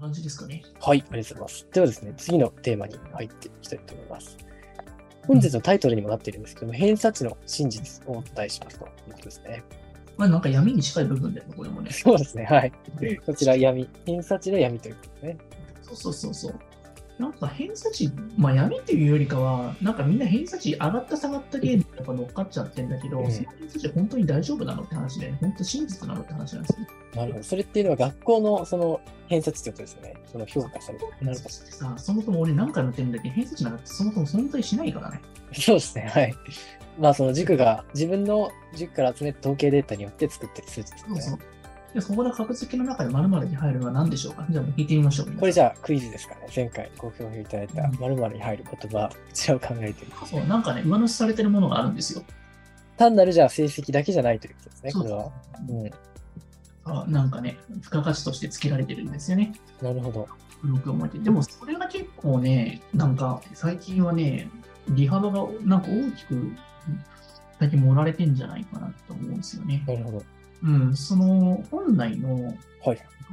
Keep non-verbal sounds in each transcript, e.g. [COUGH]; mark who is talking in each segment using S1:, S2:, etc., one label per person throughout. S1: 感じですかね。
S2: はい、ありがとうございます。ではですね、次のテーマに入っていきたいと思います。本日のタイトルにもなっているんですけども、偏差値の真実をお伝えしますということですね。 [LAUGHS]
S1: まあなんか闇に近い部分だよね、これもね。
S2: そうですね、はい。こちら闇、偏差値の闇ということですね。
S1: そうそうそうそう。なんか偏差値、まあ闇っていうよりかは、なんかみんな偏差値上がった下がったゲームとか乗っかっちゃってんだけど、
S2: うん
S1: その偏差値本当に大丈夫なのって話で、本当真実なのって話なんですね。
S2: なるほど。それっていうのは学校のその偏差値ってことですよね。その評価される。
S1: 偏
S2: なる
S1: 差
S2: ほど。
S1: 値ってさ、そもそも俺何回も言ってるんだけど、偏差値なんてそもそも存在しないからね。
S2: そうですね、はい。まあその塾が自分の塾から集めた統計データによって作ってる数値です
S1: そう
S2: ね。
S1: そう。でそこで格付けの中で〇〇に入るのは何でしょうかじゃあもう聞いてみましょう。皆さん
S2: これじゃあクイズですかね。前回ご評価いただいた
S1: うん
S2: 〇〇に入る言葉、こちらを考えてみます
S1: そうなんかね、上乗せされてるものがあるんですよ。
S2: 単なるじゃあ成績だけじゃないということですね、
S1: そ
S2: こ
S1: う
S2: れは。うん。
S1: あなんかね、付加価値として付けられてるんですよね。
S2: なるほど。
S1: よく思えて。でも、それが結構ね、なんか、最近はね、利幅がなんか大きく、最近盛られてんじゃないかなと思うんですよね。
S2: なるほど。
S1: うん、その、本来の、
S2: は
S1: こ
S2: い。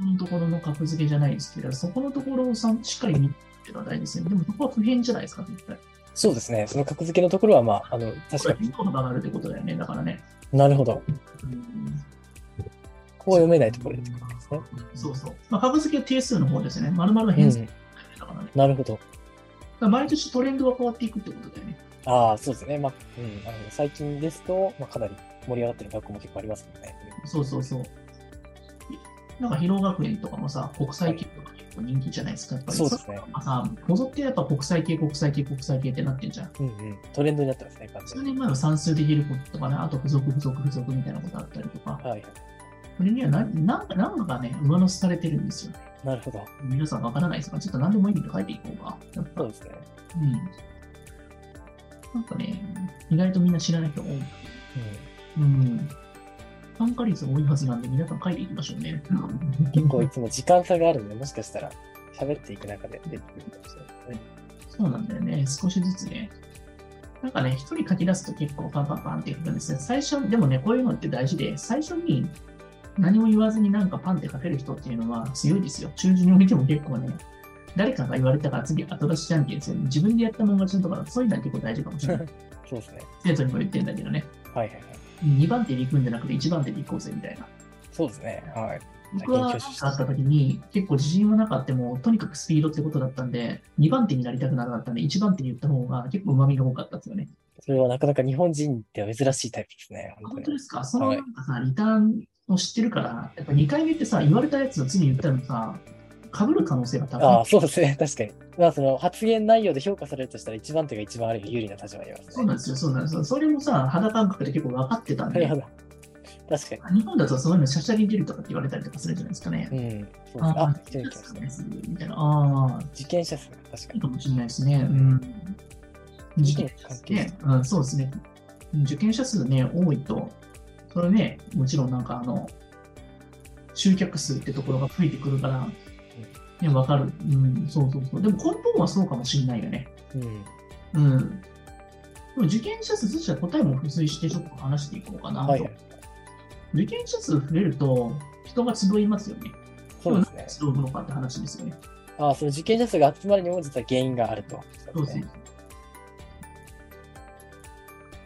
S1: のところの格付けじゃないですけど、そこのところをさしっかり見てるのは大事ですよね。でも、そこは不変じゃないですか、絶対。
S2: そうですね。その格付けのところは、まあ、あの、
S1: これ
S2: 確か
S1: は、ことが上がるってことだよね、だからね。
S2: に。なるほど。
S1: うん
S2: ここは読めないところってことですね。
S1: そうそう。まあ、格付けは定数の方ですよね。丸々の
S2: う
S1: 変数
S2: ん。
S1: だからね。だか
S2: なるほど。
S1: ら毎年トレンドが変わっていくってことだよね。
S2: ああ、そうですね。まあ、うん。あの最近ですと、まあ、かなり盛り上がってる学校も結構ありますもんね。
S1: そうそうそう。なんか、広尾学園とかもさ、国際系とか結構人気じゃないですか。やっぱり
S2: そうですね。
S1: まあさ、こぞってやっぱ国際系、国際系、国際系ってなってんじゃん。
S2: うんうん。トレンドになってますね、完全
S1: 数
S2: に。
S1: 年前は算数できることとかね、あと付属、付属、付属みたいなことあったりとか、
S2: はい。
S1: これには何なんかなんかがね、上乗せされてるんですよ。
S2: なるほど。
S1: 皆さんわからないですかちょっと何でもいいんで書いていこうか。やっぱ
S2: そうですね。
S1: うん。なんかね、意外とみんな知らない人が多い。
S2: うん。
S1: うん。参加率多いはずなんで、皆さん書いていきましょうね。
S2: 結構いつも時間差があるんで、もしかしたら喋っていく中でできるかもしれないですね。
S1: そうなんだよね、少しずつね。なんかね、一人書き出すと結構パンパンパンっていくんですね。最初、でもね、こういうのって大事で、最初に何も言わずになんかパンって書ける人っていうのは強いですよ。中旬においても結構ね、誰かが言われたから次後出しじゃんけんですよ、ね。自分でやったもん勝ちのとか、そういうのは結構大事かもしれない。
S2: [LAUGHS] そうですね。
S1: 生徒にも言ってんだけどね、
S2: はいはいはい。
S1: 2番手で行くんじゃなくて1番手で行こうぜみたいな。
S2: そうですね。はい。
S1: 僕はなんかあった時に結構自信はなかったもうとにかくスピードってことだったんで2番手になりたくなかったんで1番手に言った方が結構うまみが多かったんですよね。
S2: それはなかなか日本人では珍しいタイプですね。本
S1: 本
S2: 当
S1: 当
S2: に
S1: で。すかそのなんかさ、リターンを知ってるからやっぱ2回目ってさ言われたやつを次に言ったらさかぶる可能性が
S2: あ
S1: 高
S2: あ、
S1: い。
S2: そうですね。 [LAUGHS] 確かに。まあ、その発言内容で評価されるとしたら、一番手が一番ある意味有利な立場にいます
S1: そう
S2: ね。
S1: なんですよ、そうなんですよ。それもさ、肌感覚で結構分かってたん
S2: なるほ
S1: で、
S2: ど。 [LAUGHS] 確か
S1: 日本だとそういうのシャシャリ出るとかって言われたりとかするじゃないですかね。
S2: に。うん。そうですね。
S1: あ
S2: あ
S1: あ、、
S2: 一人来ましたね。
S1: みたいな。ああ、
S2: 受験者数、確か
S1: いい
S2: に。
S1: かもしれないですね。うん。
S2: 事件関係
S1: ね、うん、そうですね。受験者数ね、多いと、それね、もちろんなんかあの、集客数ってところが増えてくるから、ね、わかる。うん、そうそうそう。でも根本はそうかもしれないよね。
S2: うん。
S1: うん。でも受験者数、そしたら答えも付随してちょっと話していこうかなと。
S2: はいはい。
S1: 受験者数増えると、人が集いますよね。
S2: そうですね。
S1: 集うのかって話ですよね。
S2: ああ、その受験者数が集まるにも実は原因があると。
S1: そうです
S2: ね
S1: ね。。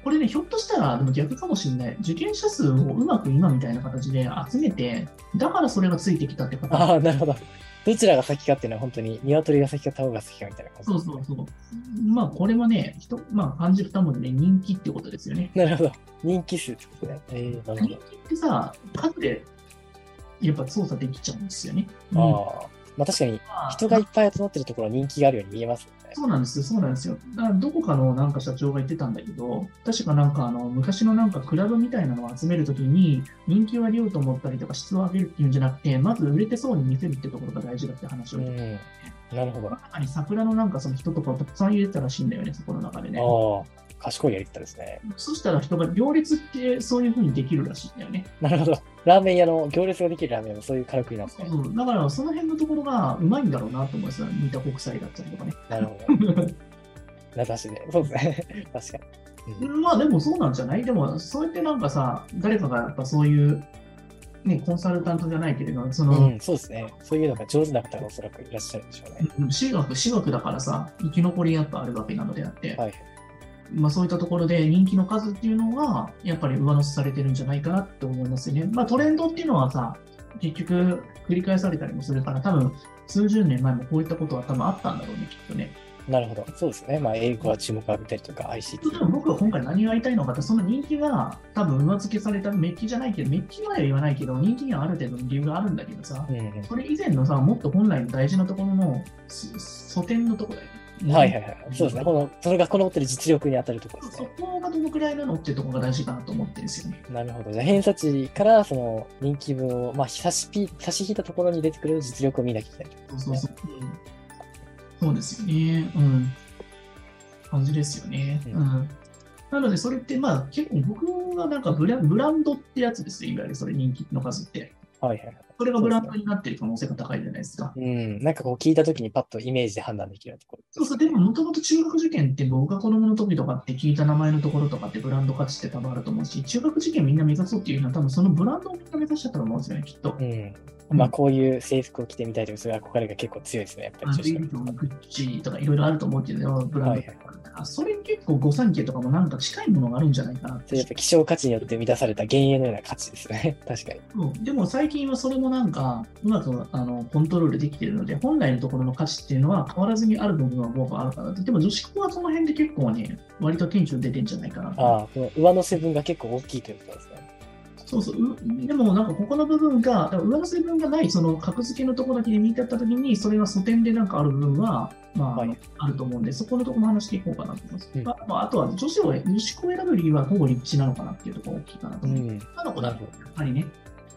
S1: これね、ひょっとしたら、でも逆かもしれない。受験者数をうまく今みたいな形で集めて、だからそれがついてきたって方。
S2: ああ、なるほど。どちらが先かっていうのは本当に鶏が先か卵が先かみたいな感じ
S1: そうそうそう。まあ、これはね、人まあ、漢字二文字で人気ってことですよね。
S2: なるほど。人気数ってことね。えー、なる
S1: 人
S2: ほ
S1: 気ってさ、数でやっぱ操作できちゃうんですよね。うん
S2: ど。ああ。まあ確かに
S1: まあ
S2: 人がいっぱい集まってるところは人気があるように見えますよね。
S1: そうなんですよ、そうなんですよ。だからどこかのなんか社長が言ってたんだけど、確かなんかあの昔のなんかクラブみたいなのを集めるときに、人気を上げようと思ったりとか、質を上げるっていうんじゃなくて、まず売れてそうに見せるってところが大事だって話を、
S2: う
S1: こ
S2: ん。なるほ
S1: の
S2: ど。
S1: 中に桜のなんかその人とかをたくさん入れてたらしいんだよね、そこの中でね。
S2: ああ、賢いやり方ですね。
S1: そしたら人が行列ってそういうふうにできるらしいんだよね。
S2: なるほど。ラーメン屋の行列ができるラーメン屋もそういうからくりなんですね。
S1: そうだからその辺のところがうまいんだろうなと思いますよ、三田国際だったりとかね。
S2: なるほど。名指しで。そうですね。 [LAUGHS] 確かに。うん
S1: まあでもそうなんじゃないでもそうやってなんかさ、誰かがやっぱそういうね、コンサルタントじゃないけれど、そうの、
S2: ん、そうですね。そういうのが上手な方がおそらくいらっしゃるんでしょうね。
S1: うん私学、私学だからさ、生き残りやっぱあるわけなのであって、
S2: はい。
S1: まあ、そういったところで人気の数っていうのが、やっぱり上乗せされてるんじゃないかなって思いますよね。まあ、トレンドっていうのはさ、結局、繰り返されたりもするから、多分数十年前もこういったことは多分あったんだろうね、きっとね。
S2: なるほど。そうですね。まあ、英語は注目を浴びたりとか、
S1: で
S2: ICT。
S1: も僕は今回何が言いたいのかって、その人気が多分上付けされたメッキじゃないけど、メッキまでは言わないけど、人気にはある程度の理由があるんだけどさ、
S2: うんうん。
S1: それ以前のさ、もっと本来の大事なところのす素点のところだよね。
S2: はいはいはい。そうですね。この、それがこの持ってる実力に当たるところです
S1: そ
S2: ね。
S1: こがどのくらいなのっていうところが大事かなと思ってるんですよね。
S2: なるほど。じゃあ、偏差値から、その、人気分を、まあ、差し引い、差し引いたところに出てくる実力を見なきゃいけない。
S1: そうそうそう。うんそうですよね。うん。感じですよね。
S2: う
S1: うんん。なので、それって、まあ、結構僕はなんかブラブランドってやつですよ。いわゆるそれ人気の数って。
S2: はいはいはい。
S1: それがブランドになってる可能性が高いじゃないですか。
S2: うん。なんかこう、聞いたときにパッとイメージで判断できるようなところ。
S1: そうそう、でも、もともと中学受験って、僕が子供の時とかって聞いた名前のところとかってブランド価値って多分あると思うし、中学受験みんな目指そうっていうのは、多分そのブランドをみんな目指したと思うんですよね、きっと。
S2: うん。まあ、こういう制服を着てみたいとか、そういう憧れが結構強いですね、やっぱり
S1: あ
S2: 女
S1: ルイ・ヴィ
S2: 子学
S1: トン、グッチとかいろいろあると思うけど、ブランド、
S2: はいはい
S1: あそれに結構御三家とかもなんか近いものがあるんじゃないかなっ
S2: そ
S1: て
S2: れやっぱ希少価値によって満たされた幻影のような価値ですね。確かに。
S1: うんでも最近はそれもなんかうまくあのコントロールできているので本来のところの価値っていうのは変わらずにある部分は僕はあるかなとでも女子校はその辺で結構ね割とテンション出てんじゃないかなと
S2: ああ、この上乗せ分が結構大きいということですね。
S1: そうそううでもなんかここの部分がだから上乗せ分がないその格付けのところだけで見てった時にそれが素点でなんかある部分はまあ、
S2: はい
S1: あると思うんでそこのところも話していこうかなと思います、
S2: うん
S1: まあまあ、あとは女子を女子校を選ぶ理由はほぼ立地なのかなっていうところが大きいかなと
S2: う
S1: 思う、
S2: ん。
S1: 女の子
S2: な
S1: だ
S2: る
S1: と
S2: ほ
S1: や
S2: ど。
S1: っぱりね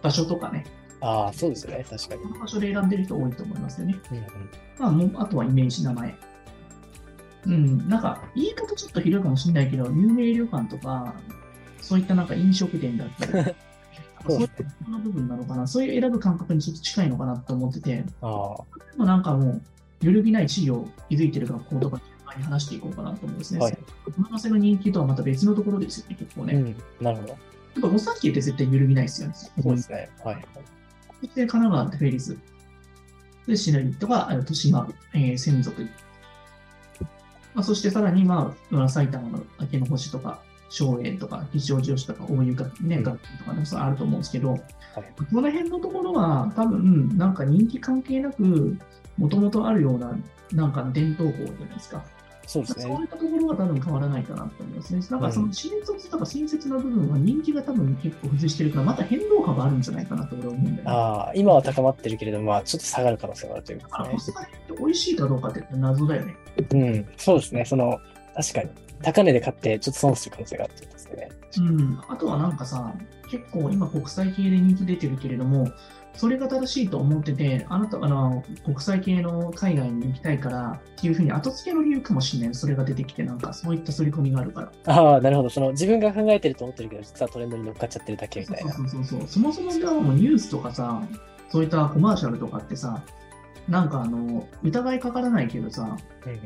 S1: 場所とかね
S2: ああ、そうですよね。確かに
S1: こ。の場所で選んでる人多いと思いますよね
S2: うんうん、
S1: まあ、もうあとはイメージ、名前。うん、なんか、言い方ちょっとひどいかもしれないけど、有名旅館とか、そういったなんか飲食店だ
S2: [LAUGHS]
S1: ったり、
S2: そう
S1: そうい
S2: で
S1: うの部分なのかな、そういう選ぶ感覚にちょっと近いのかなと思ってて、で
S2: あ
S1: もなんかもう、揺るぎない地位を築いてる学校とか、に話していこうかなと思うんですね。
S2: はい
S1: 上乗せの人気とはまた別のところですよね、結構
S2: あ、
S1: ね。
S2: う
S1: やっ
S2: ん。なるほ
S1: ぱ、
S2: ど。
S1: 御三家って絶対揺るぎないですよね。
S2: そうですね。はい。
S1: で、神奈川ってフェリス。で、シナリとか、あの豊島、えー、専属。まあ、そしてさらに、まあ、まあ埼玉の明けの星とか、松栄とか、吉祥寺吉とか、大湯学、ね、学園とかね、そうあると思うんですけど、この辺のところは、多分、なんか人気関係なく、もともとあるような、なんか伝統校じゃないですか。
S2: そうです
S1: そうい
S2: ね。
S1: ったところは多分変わらないかなと思いますね。なんかそうの新卒とか新卒の部分は人気が多分結構付随してるから、また変動幅あるんじゃないかなと俺は思うんだよね。
S2: ああ、今は高まってるけれども、まあ、ちょっと下がる可能性があるというこ
S1: だから
S2: と
S1: コ
S2: で
S1: スパって美味しいかどうかって謎だよね。
S2: すね。うん。そうですね。その、確かに。高値で買って、ちょっと損する可能性があるということですね。
S1: うん。あとはなんかさ、結構今国際系で人気出てるけれども、それが正しいと思ってて、あなたあの国際系の海外に行きたいからっていうふうに後付けの理由かもしれない。それが出てきて、なんかそういった刷り込みがあるから。
S2: ああ、なるほど。その、自分が考えてると思ってるけど、実はトレンドに乗っかっちゃってるだけみたいな
S1: そ。うそうそうそう。そもそもではもうニュースとかさ、そういったコマーシャルとかってさ、なんかあの疑いかからないけどさ、
S2: うん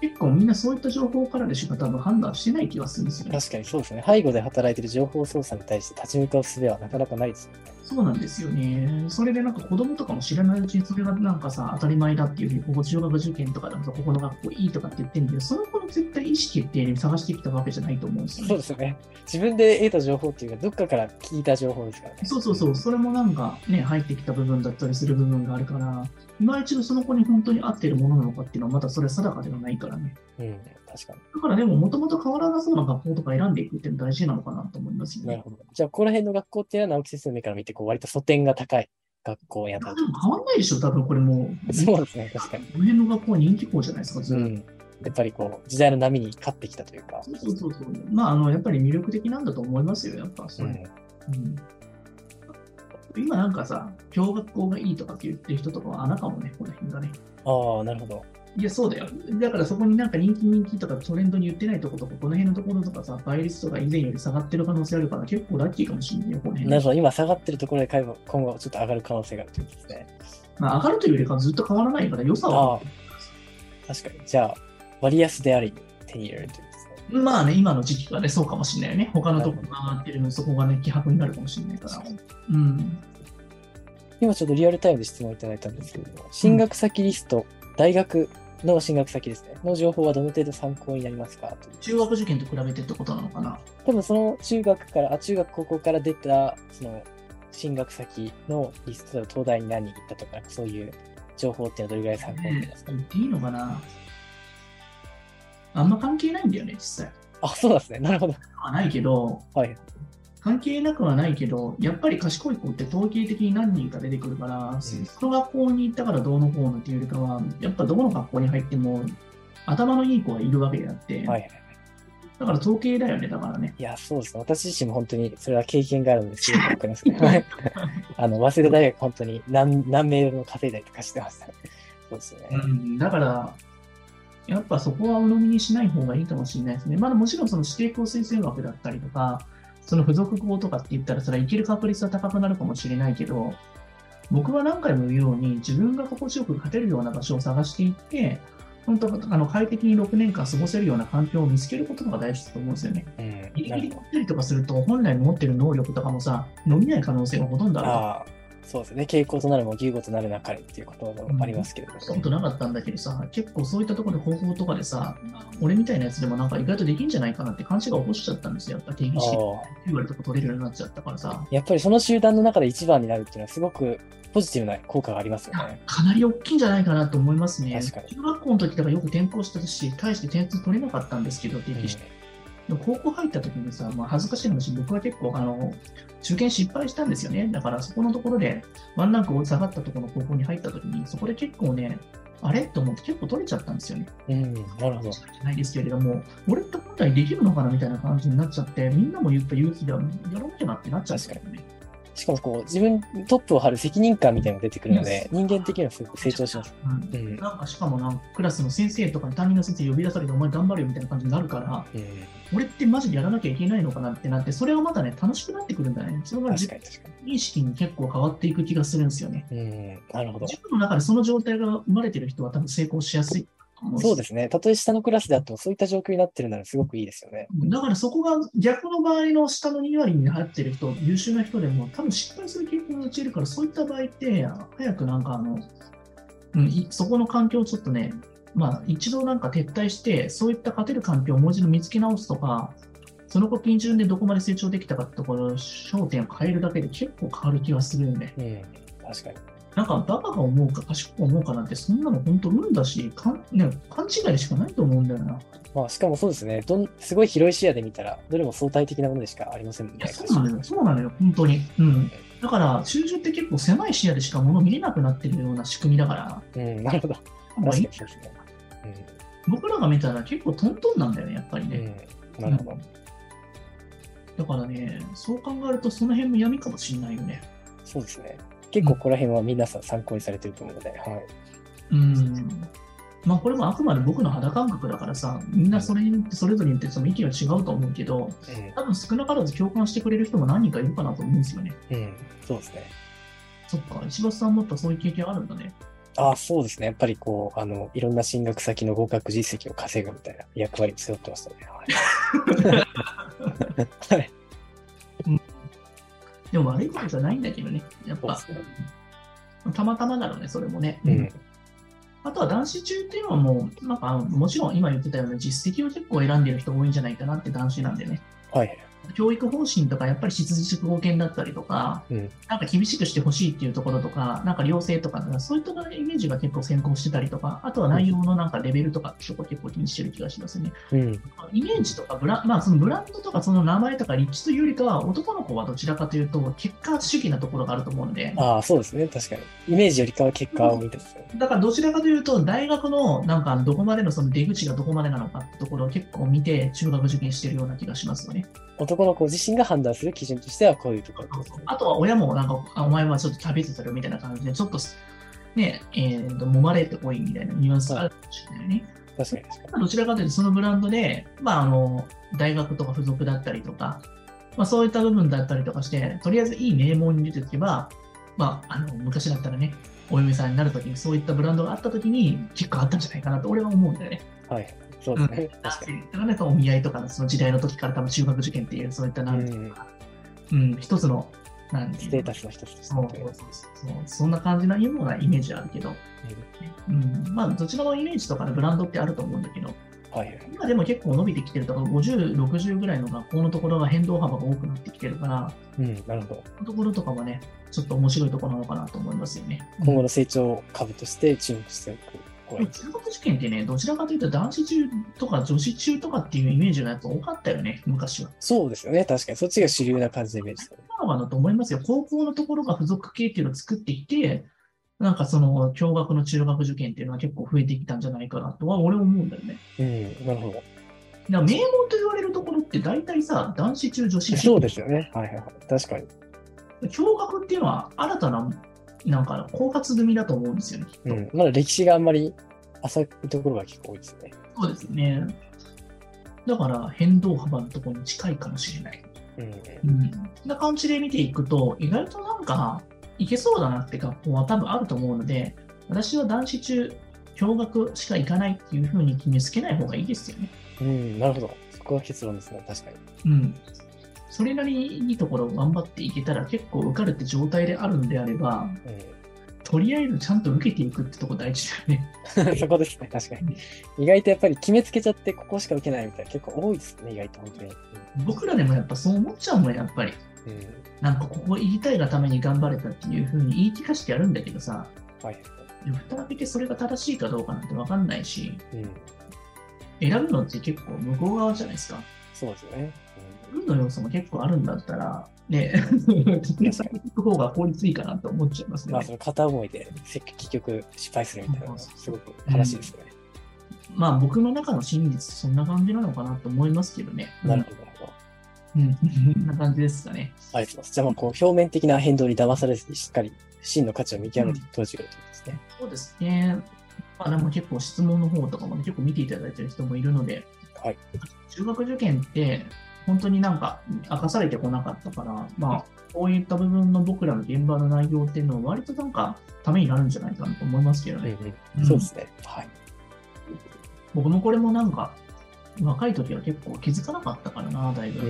S1: 結構みんなそういった情報からでしか多分判断してない気がするんですよね。
S2: 確かにそうですね。背後で働いてる情報操作に対して立ち向かう術はなかなかないですよね。
S1: そうなんですよね。それでなんか子供とかも知らないうちにそれがなんかさ、当たり前だっていうふうに、ここ中学受験とかでもさ、ここの学校いいとかって言ってんだけど、その子の絶対意思決定に探してきたわけじゃないと思うんですよ
S2: そ
S1: ね。
S2: うですよね。自分で得た情報っていうか、どっかから聞いた情報ですからね。
S1: そうそうそう、それもなんかね、入ってきた部分だったりする部分があるから、今一度その子に本当に合ってるものなのかっていうのはまだそれは定かではないからね。
S2: うん、確か
S1: だからでも、もともと変わらなそうな学校とか選んでいくっていうの大事なのかなと思いますよ
S2: に。なる
S1: ね。
S2: ほど。じゃあ、ここら辺の学校っていうのは、直木先生の目から見て、こう割と素点が高い学校に
S1: で
S2: 当た
S1: も [LAUGHS]
S2: る。
S1: 変わんないでしょ、多分これもう。
S2: そうですね、確かに。
S1: この辺の学校は人気校じゃないですか、ずっ
S2: う
S1: と。
S2: ん。やっぱりこう、時代の波に勝ってきたというか。
S1: そうそうそうそう。まあ、あの、やっぱり魅力的なんだと思いますよ、やっぱ。それ
S2: うん
S1: うん今なんかさ、共学校がいいとかって言ってる人とかは穴かもね、この辺がね。
S2: ああ、なるほど。
S1: いや、そうだよ。だからそこになんか人気人気とかトレンドに言ってないとことか、この辺のところとかさ、倍率とか以前より下がってる可能性あるから、結構ラッキーかもしれないよ、この
S2: なる
S1: 辺。
S2: ほど。今下がってるところで今後、今後ちょっと上がる可能性があるということですね。
S1: まあ、上がるというよりかはずっと変わらないから、良さは。
S2: ああ、確かに。じゃあ、割安であり、手に入れるということですね。
S1: まあね、今の時期がね、そうかもしれないよね。他のとこが上がってるの、そこがね、希薄になるかもしれないから。うん。
S2: 今ちょっとリアルタイムで質問いただいたんですけれども、進学先リスト、大学の進学先ですね、の情報はどの程度参考になりますかという
S1: 中学受験と比べてってことなのかな。
S2: 多分その中学から、あ中学高校から出た、その進学先のリストだと東大に何人行ったとか、そういう情報っていうのはどれぐらい参考になり
S1: ね
S2: ますか、
S1: 言っていいのかなあんま関係ないんだよね、実際。
S2: あ、そうなんですね。なるほど。
S1: はないけど、
S2: はい。
S1: 関係なくはないけど、やっぱり賢い子って統計的に何人か出てくるから、その学校に行ったからどうのこうのっていうよりかは、やっぱどこの学校に入っても、頭のいい子はいるわけであって、
S2: はい。
S1: だから統計だよね、だからね。
S2: いや、そうですね。私自身も本当にそれは経験があるのですごくわかり [LAUGHS] ますね。はいあの、早稲田大学本当に何何名分も稼いだりとかしてましたね。そうですよね。
S1: うん、だから、やっぱそこは鵜呑みにしない方がいいかもしれないですね。まだもちろんその指定校推薦枠だったりとか、その付属校とかって言ったら、それは行ける確率は高くなるかもしれないけど、僕は何回も言うように、自分が心地よく勝てるような場所を探していって、本当あの快適に6年間過ごせるような環境を見つけることが大事だと思うんですよね。
S2: うん。
S1: ギリ
S2: な
S1: ギ
S2: る
S1: リ
S2: ほど
S1: 取ったりとかすると、本来持ってる能力とかもさ、伸びない可能性がほとんどあると思う
S2: ああ、そうですね。傾向となるも牛語となるなかれっていうこともありますけれども。
S1: したことなかったんだけどさ、結構そういったところで方法とかでさ、俺みたいなやつでもなんか意外とできんじゃないかなって勘違いを起こしちゃったんですよ。やっぱ定義式って
S2: ああ
S1: 言われたこと取れるようになっちゃったからさ、
S2: やっぱりその集団の中で一番になるっていうのはすごくポジティブな効果がありますよね。
S1: かなり大きいんじゃないかなと思いますね。
S2: 確かに
S1: 中学校の時とかよく転校したし、大して点数取れなかったんですけど、定義式。でも高校入った時にさ、まあ、恥ずかしい話、僕は結構あの、受験失敗したんですよね。だからそこのところで、ワンランク下がったところの高校に入った時に、そこで結構ね、あれと思って結構取れちゃったんですよね。
S2: うん、うんなるほど。
S1: じゃないですけれども、俺って本来できるのかなみたいな感じになっちゃって、みんなも言った勇気だ、やろうよなってなっちゃうんだよね。
S2: しかもこう、自分トップを張る責任感みたいなのが出てくるので、人間的にはすごく成長します。
S1: うん
S2: うん。うん
S1: なんかしかもなんかクラスの先生とかに担任の先生呼び出されてお前頑張れよみたいな感じになるから俺ってマジでやらなきゃいけないのかなってなってそれがまたね楽しくなってくるんだねそれが
S2: 確
S1: 自
S2: か
S1: 分
S2: に確か
S1: 意識に結構変わっていく気がするんですよね
S2: に。うん、なるほど。
S1: 自分の中でその状態が生まれてる人は多分成功しやすいと思し
S2: そうですね。たとえ下のクラスであっても、そういった状況になってるならすごくいいですよね。
S1: だからそこが逆の場合の下の2割に入ってる人、優秀な人でも多分失敗する傾向に陥るから、そういった場合って、早くなんかあの、うん、いそこの環境をちょっとね、まあ一度なんか撤退して、そういった勝てる環境をもう一度見つけ直すとか、その子基準でどこまで成長できたかってところ、焦点を変えるだけで結構変わる気がするんで、
S2: うん、確かに。
S1: なんかバカが思うか賢く思うかなんて、そんなの本当運だし、かんね、勘違いしかないと思うんだよな。
S2: まあ、しかもそうですね。どんすごい広い視野で見たら、どれも相対的なものでしかありませんもん
S1: い
S2: ね
S1: や。そうなのよ、そうなのよ、本当に。うん。だから、中旬って結構狭い視野でしか物見れなくなってるような仕組みだから、
S2: うん、なるほど。
S1: まあ
S2: 確か
S1: い
S2: に
S1: い
S2: そうですね。
S1: 僕らが見たら結構トントンなんだよね、やっぱり
S2: うん、う
S1: ね。
S2: ん、なるほど。
S1: だからね、そう考えるとその辺も闇かもしれないよね。
S2: そうですね。結構ここら辺は皆さん参考にされてると思うので、はい。
S1: うん。まあこれもあくまで僕の肌感覚だからさ、みんなそれにそれぞれによってその意見は違うと思うけど、多分少なからず共感してくれる人も何人かいるかなと思うんですよね。
S2: うん、うん、そうですね。
S1: そっか、石橋さんもやっぱそういう経験あるんだね。
S2: ああ、そうですね。やっぱりこう、あの、いろんな進学先の合格実績を稼ぐみたいな役割を背負ってましたね。
S1: [LAUGHS]
S2: はい。はい、
S1: でも悪いことじゃないんだけどね、やっ
S2: そうで
S1: ぱ
S2: すね。
S1: たまたまだろうね、それもね。
S2: うん。
S1: あとは男子中っていうのはもう、なんかもちろん今言ってたような実績を結構選んでる人多いんじゃないかなって男子なんでね。
S2: はい。
S1: 教育方針とかやっぱり質実合憲だったりとか、
S2: うん
S1: なんか厳しくしてほしいっていうところとか、なんか良性とか、そういったイメージが結構先行してたりとか、あとは内容のなんかレベルとか、そこ結構気にしてる気がしますね。
S2: うん。
S1: イメージとかブラ、まあそのブランドとかその名前とか立地というよりかは、男の子はどちらかというと、結果主義なところがあると思うんで、
S2: ああ、そうですね。確かに。イメージよりかは結果を見てますよね。
S1: だからどちらかというと、大学のなんかどこまでのその出口がどこまでなのかってところを結構見て、中学受験してるような気がしますよね。
S2: 男の子自身が判断する基準としてはこういうところってことですね。
S1: あとは親もなんか、あお前はちょっと食べてたよみたいな感じで、ちょっと、ね、えーと、揉まれてこいみたいなニュアンスがあるかもしれないよね。
S2: 確かに確か
S1: どちらかというと、そのブランドで、まあ、あの、大学とか付属だったりとか、まあ、そういった部分だったりとかして、とりあえずいい名門に出ておけば、まあ、あの、昔だったらね、お嫁さんになるときに、そういったブランドがあったときに、結構あったんじゃないかなと、俺は思うんだよね。
S2: に。はい。そうですね。
S1: だ
S2: 確か
S1: からなんかお見合いとかのその時代の時から多分中学受験っていうそういったな
S2: に。
S1: ん
S2: う
S1: て
S2: ん。
S1: うん、一つのなんてい
S2: ス
S1: う
S2: テー
S1: の
S2: タスの一つとして
S1: そう
S2: と
S1: そ
S2: いう
S1: うそうそんな感じなようなイメージはあるけど、うん、まあ、どちらのイメージとかのブランドってあると思うんだけど、
S2: はいはい。
S1: 今でも結構伸びてきてるとか、50、60ぐらいの学校のところが変動幅が多くなってきてるから、
S2: うん、なるほど。
S1: そのところとかもね、ちょっと面白いところなのかなと思いますよね。
S2: 今後の成長株として注目しておく方
S1: で
S2: がい
S1: も
S2: い。
S1: 中学受験ってね、どちらかというと男子中とか女子中とかっていうイメージのやつ多かったよね、昔は。
S2: そうですよね。確かに。そっちが主流な感じのイメージですよね。
S1: 今はだと思いますよ。高校のところが付属系っていうのを作ってきて、なんかその、共学の中学受験っていうのは結構増えてきたんじゃないかなとは、俺思うんだよね。
S2: うん、なるほ
S1: だから名門と言われるところって大体さ、男子中、女子
S2: ど。
S1: 中。
S2: そうですよね。はいはいはい。確かに。
S1: 共学っていうのは新たな、なんか、考察済みだと思うんですよね、きっと。
S2: うん。まだ歴史があんまり浅いところが結構多いですよね。
S1: そうですね。だから、変動幅のところに近いかもしれない。
S2: うん。
S1: うん。そんな感じで見ていくと、意外となんか、いけそうだなって学校は多分あると思うので、私は男子中、共学しか行かないっていうふうに決めつけない方がいいですよね。
S2: うん、なるほど。そこが結論ですね。確かに。
S1: うん。それなりにいいところを頑張っていけたら結構受かるって状態であるんであれば、とりあえずちゃんと受けていくってとこ大事だよね。 [LAUGHS]
S2: うん、 [LAUGHS] そこですね。確かに。意外とやっぱり決めつけちゃって、ここしか受けないみたいな結構多いですね。意外と本当に。
S1: 僕らでもやっぱそう思っちゃうもんやっぱり
S2: うん。うん
S1: なんかここ言いたいがために頑張れたっていうふうに言い聞かしてやるんだけどさ
S2: はい。
S1: でも蓋を開けてそれが正しいかどうかなんて分かんないし
S2: うん。
S1: 選ぶのって結構向こう側じゃないですか
S2: そうですよね。
S1: 運の要素も結構あるんだったら [LAUGHS] ね得意先に行く方が効率いいかなと思っちゃいます
S2: うん、
S1: ね、
S2: ま
S1: [LAUGHS]
S2: あ、その片思いでせ結局失敗するみたいなのがすごく悲しいですね。
S1: まあ僕の中の真実そんな感じなのかなと思いますけどね
S2: なるほど、なるほど。
S1: うん、 [LAUGHS] そんな感じですかね
S2: ありがとうございます。じゃあ、まあ、こう、表面的な変動に騙されずに、しっかり真の価値を見極めて投じるということですね。
S1: そうですねまあでも結構質問の方とかもね結構見ていただいてる人もいるので
S2: はい。
S1: 中学受験って本当になんか明かされてこなかったから、まあ、こういった部分の僕らの現場の内容っていうのは割となんかためになるんじゃないかなと思いますけどね。
S2: うん、そうですね。はい。
S1: 僕もこれもなんか若い時は結構気づかなかったからな、だいぶ。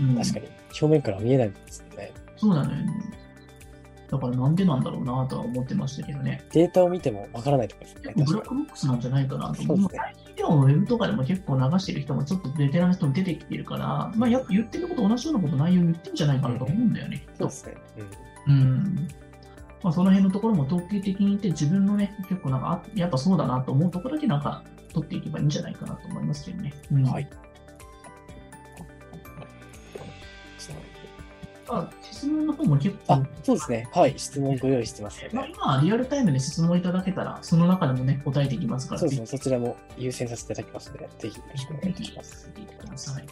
S2: うん。
S1: うん
S2: 確かに、表面からは見えないんですよね。
S1: そうなのよね。だからなんでなんだろうなとは思ってましたけどね。
S2: データを見てもわからないところです
S1: 結
S2: ね。
S1: 構ブラッ
S2: 確か
S1: クボックスなんじゃないかなと
S2: そうです
S1: 思
S2: ね
S1: う。最近ではウェブとかでも結構流してる人もちょっとベテランの人も出てきてるから、まあやっぱ言ってること同じようなこと内容言ってるんじゃないかなと思うんだよね。
S2: に。そうですね。うん。
S1: うんまあ、その辺のところも統計的に言って自分のね、結構なんか、あやっぱそうだなと思うところだけなんか取っていけばいいんじゃないかなと思いますけどね。うん
S2: はい。
S1: まあ、質問の方も結構
S2: あ、、そうですね。はい。質問ご用意してますので
S1: まあ、。今はリアルタイムで質問いただけたら、その中でもね、答えていきますから、
S2: そうですね。そちらも優先させていただきますので、ぜひよろしくお願いいたします。
S1: ぜひ聞いてください。